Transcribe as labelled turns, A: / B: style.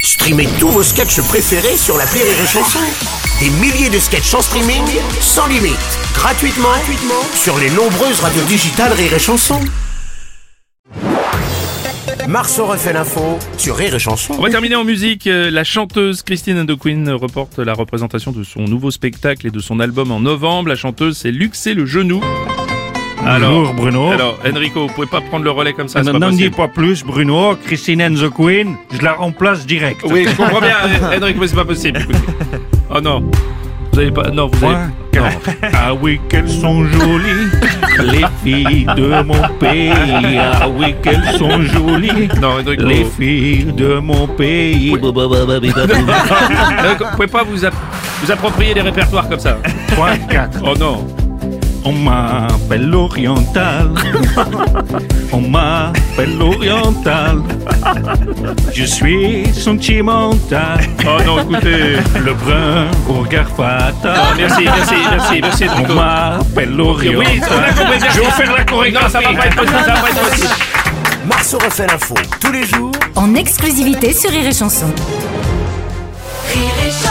A: Streamez tous vos sketchs préférés sur la Rire et Chanson. Des milliers de sketchs en streaming, sans limite, gratuitement, gratuitement sur les nombreuses radios digitales Rire et Chanson. Marceau refait l'info sur Rire et Chanson.
B: On va terminer en musique. Euh, La chanteuse Christine Andoquin reporte la représentation de son nouveau spectacle et de son album en novembre. La chanteuse, c'est Luxé le genou.
C: Bonjour Bruno.
B: Alors, Enrico, vous pouvez pas prendre le relais comme ça, c'est
C: Non,
B: pas
C: N'en dis
B: possible.
C: pas plus Bruno, Christine and the Queen, je la remplace direct.
B: Oui, je comprends bien, eh, Enrico, mais c'est pas possible. Écoutez. Oh non. Vous avez pas. Non, vous
C: Moi,
B: avez.
C: car- Ah oui, qu'elles sont jolies, les filles de mon pays. Ah oui, qu'elles sont jolies,
B: Non, Enrico.
C: les filles de mon pays.
B: Enrico, vous pouvez pas vous, app- vous approprier des répertoires comme ça.
C: 3, 4.
B: Oh non.
C: On m'appelle l'oriental. On m'appelle l'oriental. Je suis sentimental.
B: Oh non, écoutez.
C: Le brun au regard fatal.
B: Ah, Merci, merci, merci, merci,
C: On
B: Enrico.
C: m'appelle
B: Oui,
C: l'oriental.
B: on a compris, merci.
C: Je vais vous faire la
B: Non,
C: chorégraphie.
B: ça va pas être possible, ça va pas être possible.
A: Marceau refait l'info tous les jours
D: en exclusivité sur Rire et Chanson.
E: Rire et chanson.